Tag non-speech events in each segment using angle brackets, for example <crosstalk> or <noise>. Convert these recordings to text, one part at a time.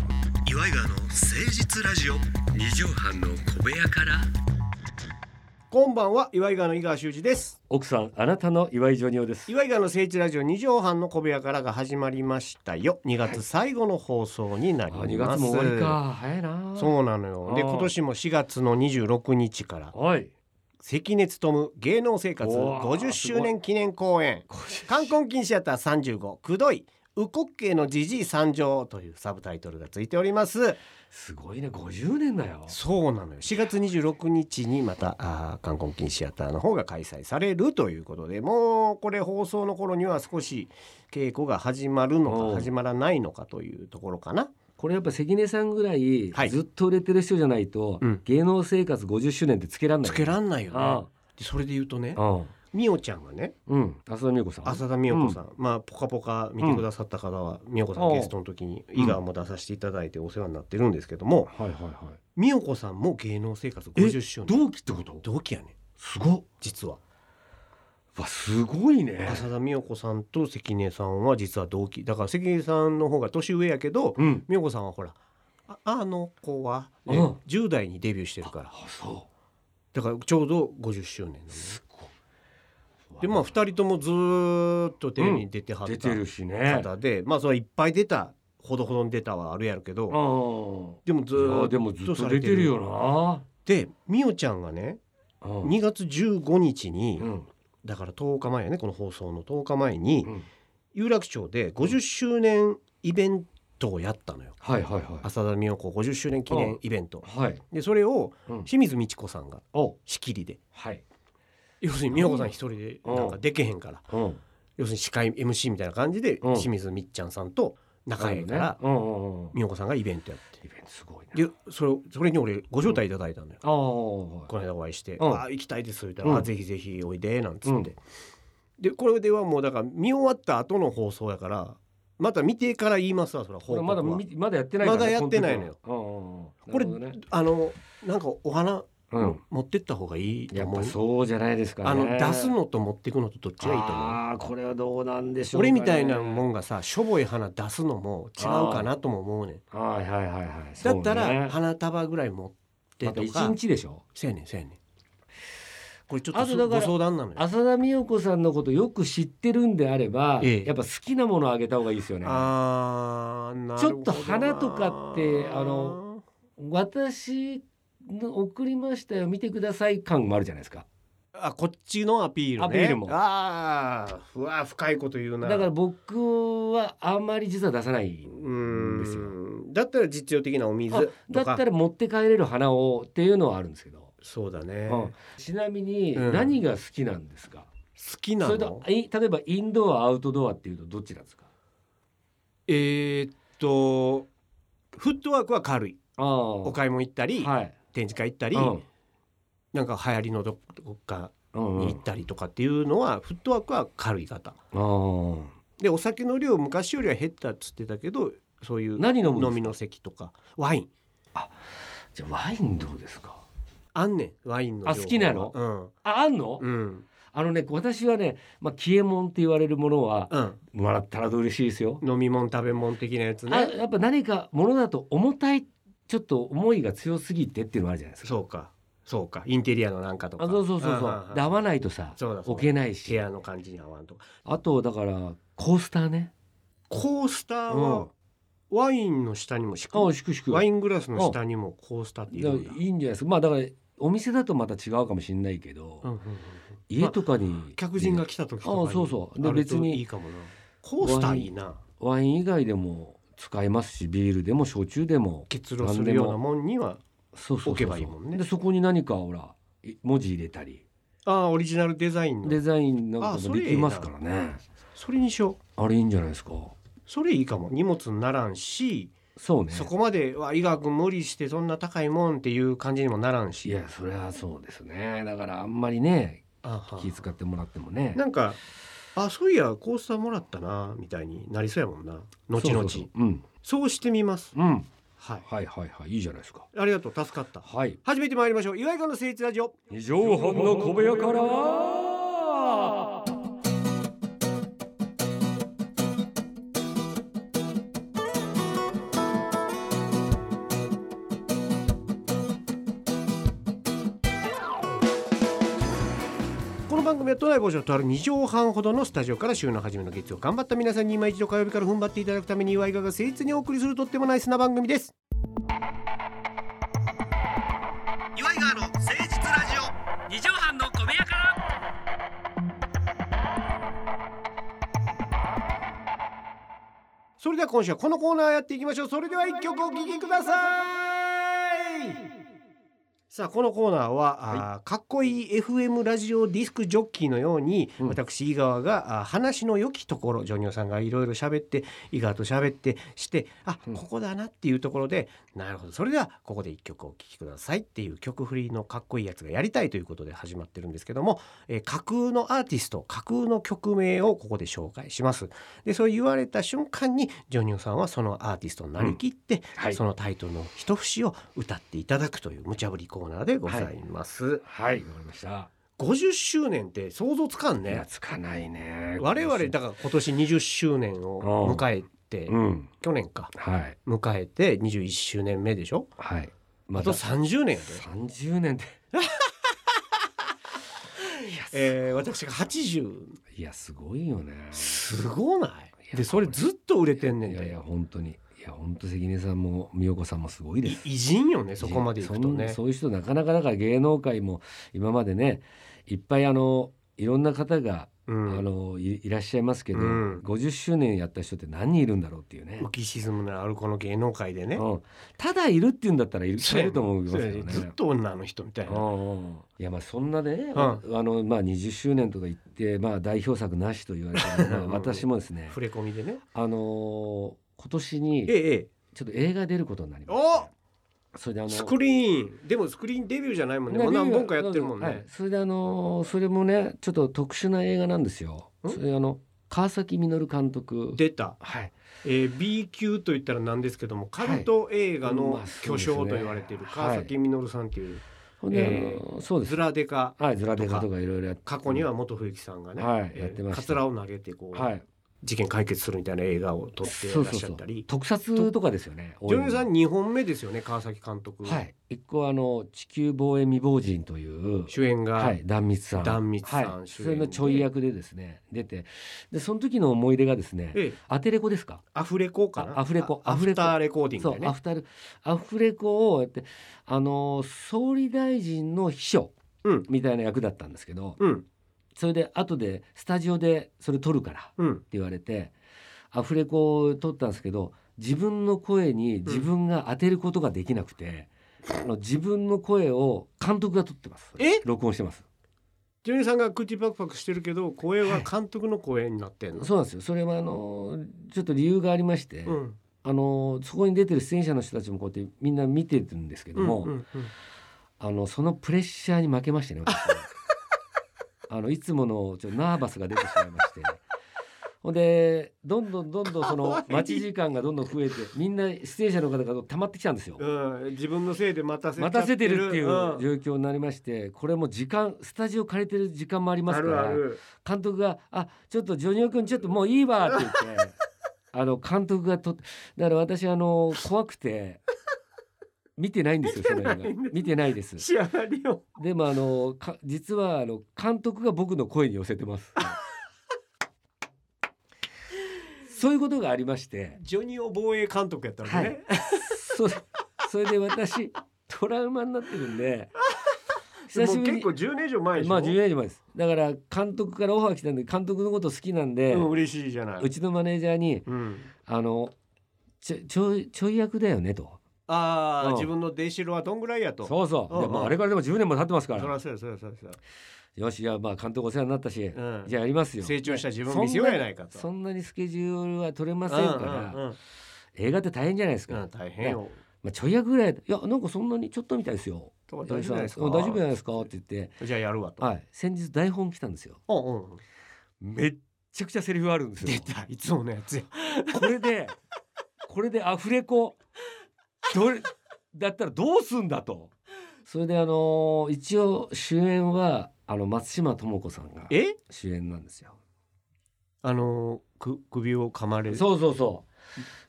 イガーの誠実ラジオ二畳半の小部屋からこんばんは岩井川の井川修司です奥さんあなたの岩井ジョニオです岩井川の聖地ラジオ二畳半の小部屋からが始まりましたよ2月最後の放送になりあます、 2月も終わりか早いなそうなのよであー今年も4月の26日からはい関根勤芸能生活おー50周年記念公演冠婚金シアター35くどい右国系のじじい参上というサブタイトルがついておりますすごいね50年だよそうなのよ4月26日にまたあー冠婚金シアターの方が開催されるということでもうこれ放送の頃には少し稽古が始まるのおうか始まらないのかというところかなこれやっぱ関根さんぐらいはいずっと売れてる人じゃないと、うん芸能生活50周年ってつけらんないつけらんないよあねでそれで言うとねあ美桜ちゃんがねうん浅田美代子さん浅田美代子さん、まあ「ぽかぽか」見てくださった方は、美代子さんおうゲストの時に伊賀も出させていただいてお世話になってるんですけどもはいはいはい美代子さんも芸能生活50周年同期ってこと同期やねすごっ実はわすごいね浅田美代子さんと関根さんは実は同期だから関根さんの方が年上やけど、うん美代子さんはほらああの子は、ねうん10代にデビューしてるからあそだからちょうど50周年なのねうすごいでまあ2人ともずーっとテレビに出てはっ出たてるしね方で、まあそれはいっぱい出たほどほどに出たはあるやるけど、うんでもずいやーでもずっっととさ出れててるるよで美桜ちゃんがねな。うん2月15日に、うんだから10日前やねこの放送の10日前に、うん有楽町で50周年イベントをやったのよはいはいは浅田美代子50周年記念イベントい。はい。でそれをうん清水美智子さんがお仕切りではい。要するに美代子さん一人でなんかでけへんからうん。要するに司会 MC みたいな感じでうん清水みっちゃんさんと仲ええからうんうんうん。美代子さんがイベントやってイベントすごいね。でそれをそれに俺ご招待いただいたのよああ。この間お会いして「うんああ行きたいです」言ったら「うんあぜひぜひおいで」なんつって、うんでこれではもうだから見終わった後の放送やからまた見てから言いますわそれは報これ告まだは見まだやってないからね。まだやってないのよこの時こは。れうんうんうんなるほあのなんかお花どね。持ってった方がいいうん。やとっ思うぱそうじゃないですかあね。の出すのと持ってくのとどっちがいいと思うああこれはどうなんでしょうかね。俺みたいなもんがさしょぼい花出すのも違うかなとも思うねんはいはいはいはい。だったそうねら花束ぐらい持ってまたと一か日でしょ。せやねんせやねんこれちょっあととだそからご相談なのよ浅田美代子さんのことよく知ってるんであれば、ええやっぱ好きなものをあげた方がいいですよね。あーなるほどなちょっと花とかってあの私の送りましたよ見てください感もあるじゃないですかあこっちのアピールねアピールもああうわ深いこと言うなだから僕はあんまり実は出さないんですようんだったら実用的なお水あだとったから持って帰れる花をっていうのはあるんですけど、そうだね、う好んちなみにうん何が好きなんですか、きなそれとのい例えばインドアアウトドアっていうとどっちなんですかえーっとフットワークは軽いああお買い物行ったり、はい展示会行ったり、うんなんか流行りのどこかうんうんに行ったりとかっていうのは、フットワークは軽い方あでお酒の量昔よりは減ったっつってたけどそういあう何飲むんです飲みの席とかワインじゃあワインどうですかあんねんワインのあ情報好きなのうんああんの、うんあのね私はねまあ消えもんって言われるものはうんもらったら嬉しいですよ。飲み物食べ物的なやつあねやっぱ何かものだと重たいちょっと思いが強すぎてっていうのもあるじゃないですか。そうかそうかインテリアのなんかとかあそうそうそうそんん。うんで合わないとさそうだそうだ置けない部し屋の感じに合わんとかあとだからコースターね。コースターうはんワインの下にも敷くあしくしく。ワイングラスの下にもコースターっているんだだからいいんじゃないですか。まあだからお店だとまた違うかもしれないけど、うんうんうんうん家とかに客人が来た時とかにあそうそうであると別にいいかもなコースターいいなワイン以外でも使えますしビールでも焼酎でも結露するようなもんにはそうそうそうそう置けばいいもんねでそこに何かほらい文字入れたりああオリジナルデザインのデザインなんあかそもれでいいなきますからね。それにしようあれいいんじゃないですか。それいいかも荷物にならんしそうね。そこまでは医学無理してそんな高いもんっていう感じにもならんしいやそれはそうですねだからあんまりねあは気遣ってもらってもねなんかあそういやコースターもらったなみたいになりそうやもんな後々そうそうそうそううんしてみますうんはいはいはいはいいいじゃないですかありがとう助かったはい始めてまいりましょう岩井川の誠一ラジオ二畳半の小部屋から「番組は都内某所とある2畳半ほどのスタジオから週の初めの月曜頑張った皆さんに今一度火曜日から踏ん張っていただくために岩井川が誠実にお送りするとってもナイスな番組です岩井川の誠実ラジオ二畳半の小部屋からそれでは今週はこのコーナーやっていきましょうそれでは一曲お聴きくださいさあこのコーナーは、あーかっこいい FM ラジオディスクジョッキーのように、うん私井川があー話の良きところジョニオさんがいろいろ喋って井川と喋ってしてあ、うんここだなっていうところでなるほどそれではここで一曲お聴きくださいっていう曲振りのかっこいいやつがやりたいということで始まってるんですけども、えー架空のアーティスト架空の曲名をここで紹介します。でそう言われた瞬間にジョニオさんはそのアーティストになりきって、はいそのタイトルの一節を歌っていただくという無茶ぶりコーナーでございます、はいわかりました50周年って想像つかんいやねつかないね我々だから今年20周年を迎えて、うん去年かはい迎えて21周年目でしょはいあまとた30年やで、 30年 <laughs> でいやすえー、私が80いやすごいよねすごないやでそれずっと売れてんねんいやいやで本当にいや本当関根さんも美代子さんもすごいでいす偉人よねそこまでいくとそんねそういう人なかなかだから芸能界も今までねいっぱいあのいろんな方が、うんあのいいらっしゃいますけど、うん50周年やった人って何人いるんだろうっていうね浮、き沈むのあるこの芸能界でねうん、ただいるっていうんだったらいるそうやいると思いますそうよやね。ずっと女の人みたいなうんうんいやまあそんなね、あのまあ20周年とか言ってまあ代表作なしと言われてる、まあ、私もですね触れ込みでねあのー今年ええにええちょっと映画出ることになりましたおそれであのスクリーンでもスクリーンデビューじゃないもんねもう何本かやってるもんね、はいそれであのーそれもねちょっと特殊な映画なんですよんそれあの川崎実監督出た、はいえー、B 級といったらなんですけどもカルト映画のまあそ巨うですね匠と言われているはい川崎実さんっていう、ほんで、えあのそうですズラデカはいズラデカとかいろいろやって過去には元冬樹さんがね、はいえーやってましたカツラを投げてこう、はい事件解決するみたいな映画を撮っていらっしゃったり特撮とかですよねジョニオさん2本目ですよね川崎監督、はい一個あの地球防衛未亡人という主演が、はい、壇蜜さん。壇蜜さんはい、主そ演でれのちょい役でですね、出て、で、その時の思い出がですねえ。えアテレコですか。アフレコかなあアフレコあアアフフレレココターレコーディングそでう、ねアフタル、アフレコをやって、あの、総理大臣の秘書うん。みたいな役だったんですけど、うんそれで、後で、スタジオで、それ撮るからってうん言われて。アフレコを撮ったんですけど、自分の声に自分が当てることができなくて。あの自分の声を監督が撮ってます。え録音してます。ジョニーさんが口パクパクしてるけど声は監督の声になってんの、そうなんですよ。それはあのちょっと理由がありまして、うんあのそこに出てる出演者の人たちもこうやってみんな見てるんですけどうんも、うんうんあのそのプレッシャーに負けまし <laughs> てね。私あのいつものちょっとナーバスが出てしまいまして。ほんでどんどんどんどん <laughs> そかわいのい待ち時間がどんどん増えてみんな出演者の方が溜まってきたんですよ。うん、自分のせいで待たせちゃ待たせてるっていう状ん況になりましてこれも時間スタジオ借りてる時間もありまあすかるらある監督が「あちょっとジョニオ君ちょっともういいわ」って <laughs> 言ってあの監督がとだから私あの怖くて見てないんですよその映見画てないんだ見てないです仕上がりをでもあのか実はあの監督が僕の声に寄せてます <laughs> そういうことがありましてジョニオ防衛監督やったわけね、そそれで私トラウマになってる <laughs> んで久もしうぶ結りに構10年以上前でしょ、まあ10年以上前ですだから監督からオファー来たんで監督のこと好きなんで、、うん、嬉しいじゃないうちのマネージャーにうん、あのちょちょいちょい役だよねとああ、うん自分の出城はどんぐらいやとそうそう、うんでうんもあれからでも10年も経ってますかそららそうやそらそうやそらそうよしいやまあ監督お世話になったし、やうんじゃあやりますよ成長した自分をそん見せようやないかとそんなにスケジュールは取れませんうんから、うん映画って大変じゃないですか、うんうん、大変よまあ、ちょい役ぐらいいやなんかそんなにちょっとみたいですよとか大丈夫じゃないですかうん大丈夫じゃないですかって言って、じゃあやるわと、はい、先日台本来たんですようんうんうんめっちゃくちゃセリフあるんですよ出たいつものやつやこれでこれでアフレコどれだったらどうすんだとそれであのー一応主演はあの松島智子さんがえ主演なんですよあのく首を噛まれるそうそうそう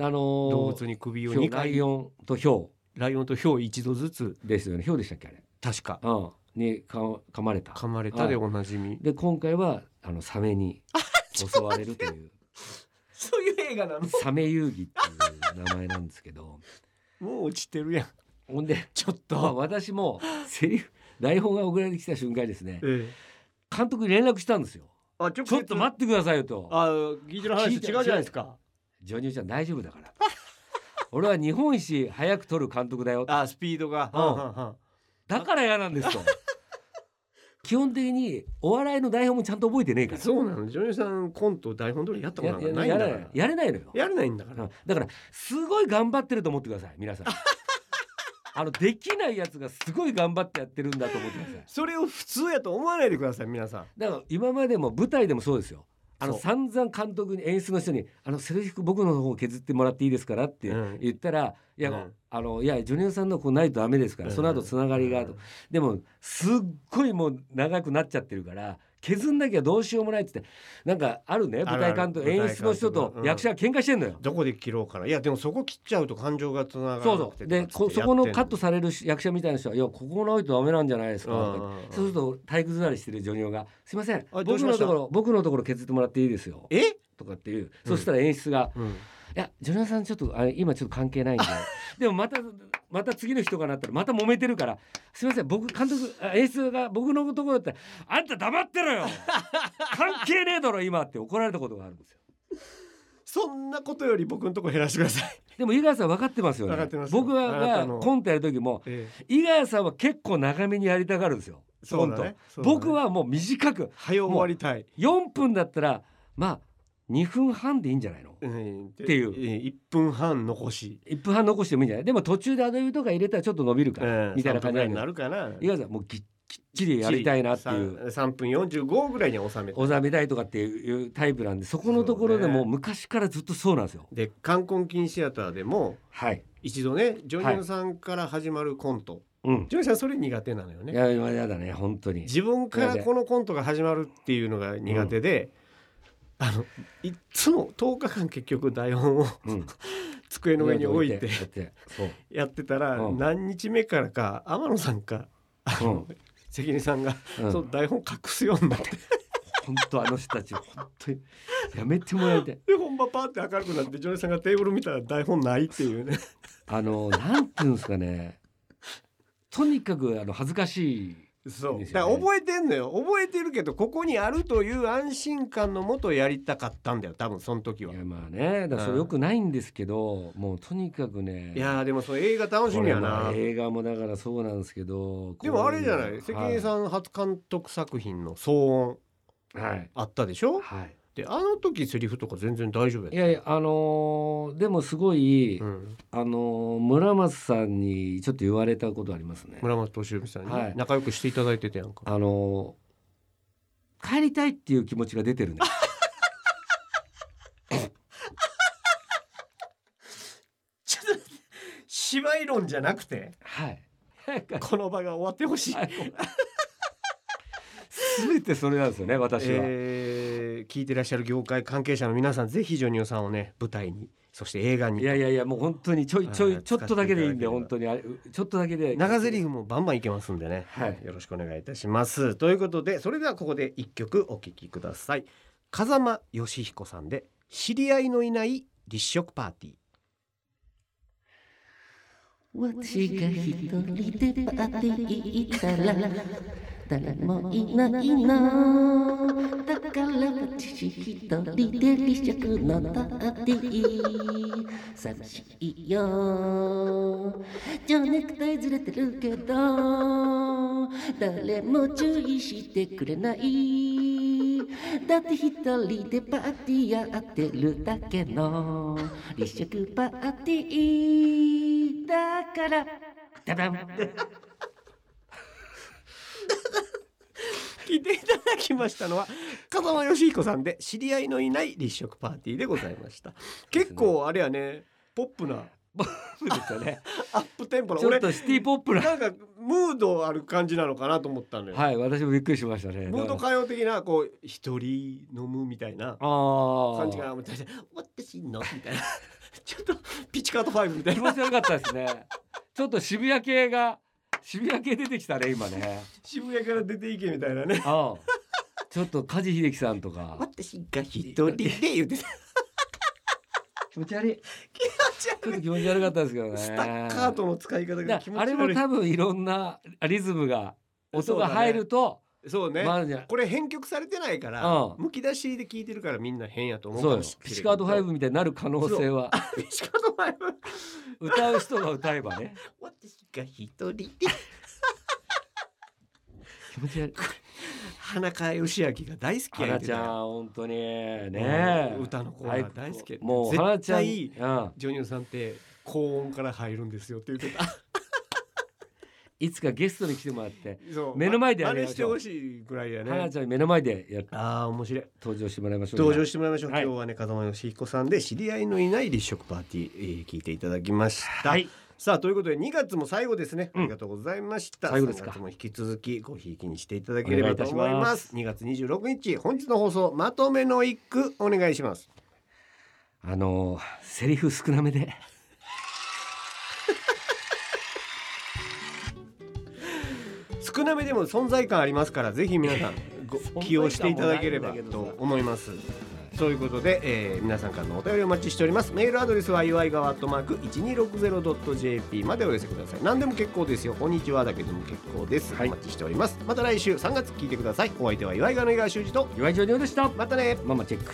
あのー動物に首をヒョウ2ラ回イオンとヒョライオンとヒョウ一度ずつウですよねヒョウでしたっけあれ確かうんにか噛まれた噛まれたでおなじみ。で今回はあのサ <laughs> メに襲われるというそういう映画なの。サメ遊戯っていう名前なんですけど <laughs> もう落ちてるやん。ほんでちょっまあと。私もセリフ台本が送られてきた瞬間にですねええ。監督に連絡したん <laughs> ですよあ、ちょちょっと待て。ってくださいよとあ、議事の話違うじゃないですか。ジョニオちゃん大丈夫だからと俺は日本一早く撮る監督だよとあ、スピードが。うんだから嫌な <laughs> んですと基本的にお笑いの台本もちゃんと覚えてねえからそうなの。ジョニーさんコント台本通りやったことなんかないんやだかやら。ややれないのよやれないんだかうらん。だからすごい頑張ってると思ってください皆さん <laughs> あのできないやつがすごい頑張ってやってるんだと思ってくださいそれを普通やと思わないでください皆さん。だから今までも舞台でもそうですよあのそう散々監督に演出の人に「あのセルフィク僕の方を削ってもらっていいですから」ってうん言ったら「いや、うんあのいやジョニオさんのこうないとダメですから、その後つながりが」と、でもすっごいもう長くなっちゃってるから削んなきゃどうしようもないって言ってなんかあるねあ舞るあ台る監督演出の舞台監人と督うん役者が喧嘩してんのよ。どこで切ろうかな。いやでもそこ切っちゃうと感情がつながらなくてそうそうでこそこのカットされる役者みたいな人は「いやここないとダメなんじゃないですか」とか言ってそうするとと体育座りしてるジョニオが「すいませんあ僕どうしまのしたところ僕のところ削ってもらっていいですよ」え？とかっていうそしたら演出が「うんいやジョニオさんちょっとあれ今ちょっと関係ないん <laughs> ででもまたまた次の人がなったらまた揉めてるからすいません僕監督あ演出が僕のところだったら「あんた黙ってろよ <laughs> 関係ねえだろ今」って怒られたことがあるんですよ。そんなことより僕のとこ減らしてください。でも井川さん分かってますよね。分かってます僕あなたがのコントやる時も井川さんは結構長めにやりたがるんですよ。そうだねコそンうトだね僕はもう短く早終わりたい。 4分だったらまあ2分半でいいんじゃないのってていう1分半残し、 1分半残してもいいんじゃないでも途中でアドリブとか入れたらちょっと伸びるから、みたいな感3分ぐじらいんにでなるかな。いわゆるもうぎっきっちりやりたいなっていう3分45ぐらいに収めて。収めたいとかっていうタイプなんでそこのところでそうねもう昔からずっとそうなんですよ。で冠婚金シアターでもはい、一度ねジョニオさんから始まるコント、うんジョニオさんそれ苦手なのよいねやいややだね本当に自分からこのコントが始まるっていうのが苦手で、あのいっつも10日間結局台本をうん机の上に置いてこうやってそうやってたら、うん何日目からか天野さんか <laughs> うん関根さんが、うんその台本隠すようになって本当あの人たち本当にやめてもらいたいで本場パーって明るくなってジョニオさんがテーブル見たら台本ないっていう <laughs> ねあのなんていうんですかねとにかくあの恥ずかしいそうでだすよねから覚えてんのよ覚えてるけどここにあるという安心感のもとやりたかったんだよ多分その時はいやまあねだからそれよくないんですけど、もうとにかくねいやーでもその映画楽しみやなこれは映画もだからそうなんですけどでもあれじゃない、関根んさん初監督作品の騒音はい、あったでしょはい、であの時セリフとか全然大丈夫やっいたやいやあのーでもすごい、うん、あのー村松さんにちょっと言われたことありますね村松敏夫さんはにい仲良くしていただいてたやんか、あのー帰りたいっていう気持ちが出てるね <laughs> ちょっと芝居論じゃなくてはい <laughs> <laughs> この場が終わってほしい全てそれなんですよね私は、えー聞いてらっしゃる業界関係者の皆さんぜひジョニオさんをね舞台にそして映画にいやいやいやもう本当にちょいちょはいいちょっとだけでいいん使ってでい本当にあれちょっとだけで長ゼリフもバンバンいけますんでね、はいよろしくお願いいたしますということでそれではここで一曲お聴きください風間義彦さんで知り合いのいない立食パーティー私が一人でパーティー行ったら誰もいないのだから私一人で美食のパーティー寂しいよじゃネクタイずれてるけど誰も注意してくれないだって一人でパーティーやってるだけの立食パーティーだからダダン聞いていただきましたのは風間義彦さんで知り合いのいない立食パーティーでございました結構あれやねポップなそうです <laughs> よねアップテンポなちょっ俺とシティポップななんかムードある感じなのかなと思ったのよ、はい私もびっくりしましたねムードだか歌謡的なこう一人飲むみたいならああ感じが思って私のみたいなちょっとピチカートファイブみたい気な持ち悪かったですねちょっと渋谷系が渋谷系出てきたね今ね渋谷から出ていけみたいなねああちょっと梶秀樹さんとか私が一一人人で言ってた気持ち悪い気持ちちょっ悪とい気持ち悪かったですけどねスタッカートの使い方がだ気持あちれも悪い多分いろんなリズムが音が入ると、そうねまああるじゃんこれ編曲されてないから、うんむき出しで聞いてるからみんな変やと思うそうかよもしれんピけどチカート5みたいになる可能性はピチカート5歌う人が歌えばね私が一人で気持ち悪い花川義明が大好きや花ねちゃん本当にねえうん歌のコーナー大好きやねもう絶花ちゃん対うんジョニオさんって高音から入るんですよって言ってたいつかゲストに来てもらって <laughs> そう目の前でやり真似ましてしょうほしいぐらいや花ねちゃんに目の前でやああ面白い登場してもらいましょう登場してもらいましょう、はい今日はね風間義彦さんで知り合いのいない立食パーティー、えー聞いていただきました、はいさあということで2月も最後ですね、うんありがとうございました最後ですか3月も引き続きごひいきにしていただければと思いお願いいまたしますす2月26日本日の放送まとめの一句お願いしますあのーセリフ少なめで少なめでも存在感ありますからぜひ皆さ <laughs> んご存在感も起用していただければないんだけどとさ思いますということで、えー皆さんからのお便りお待ちしておりますメールアドレスは祝いがわとマーク 1260.jp までお寄せください何でも結構ですよこんにちはだけでも結構です、はいお待ちしておりますまた来週3月聞いてくださいお相手は祝いがわの井川修司と岩井ジョニオでしたまたねママチェック